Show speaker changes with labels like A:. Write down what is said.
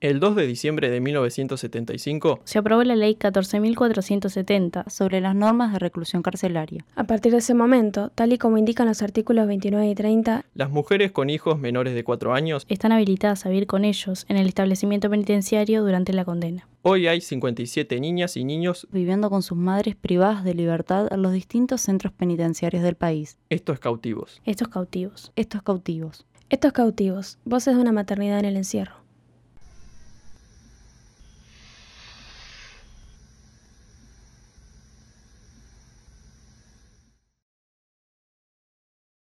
A: El 2 de diciembre de 1975,
B: Se aprobó la Ley 14.470.
C: sobre las normas de reclusión carcelaria,
D: A partir de ese momento, tal y como indican los artículos 29 y 30,
A: las mujeres con hijos menores de 4 años,
B: Están habilitadas a vivir con ellos en el establecimiento penitenciario durante la condena.
A: hoy hay 57 niñas y niños,
C: viviendo con sus madres privadas de libertad en los distintos centros penitenciarios del país,
A: estos cautivos.
B: Estos cautivos.
C: estos cautivos.
D: estos cautivos, voces de una maternidad en el encierro.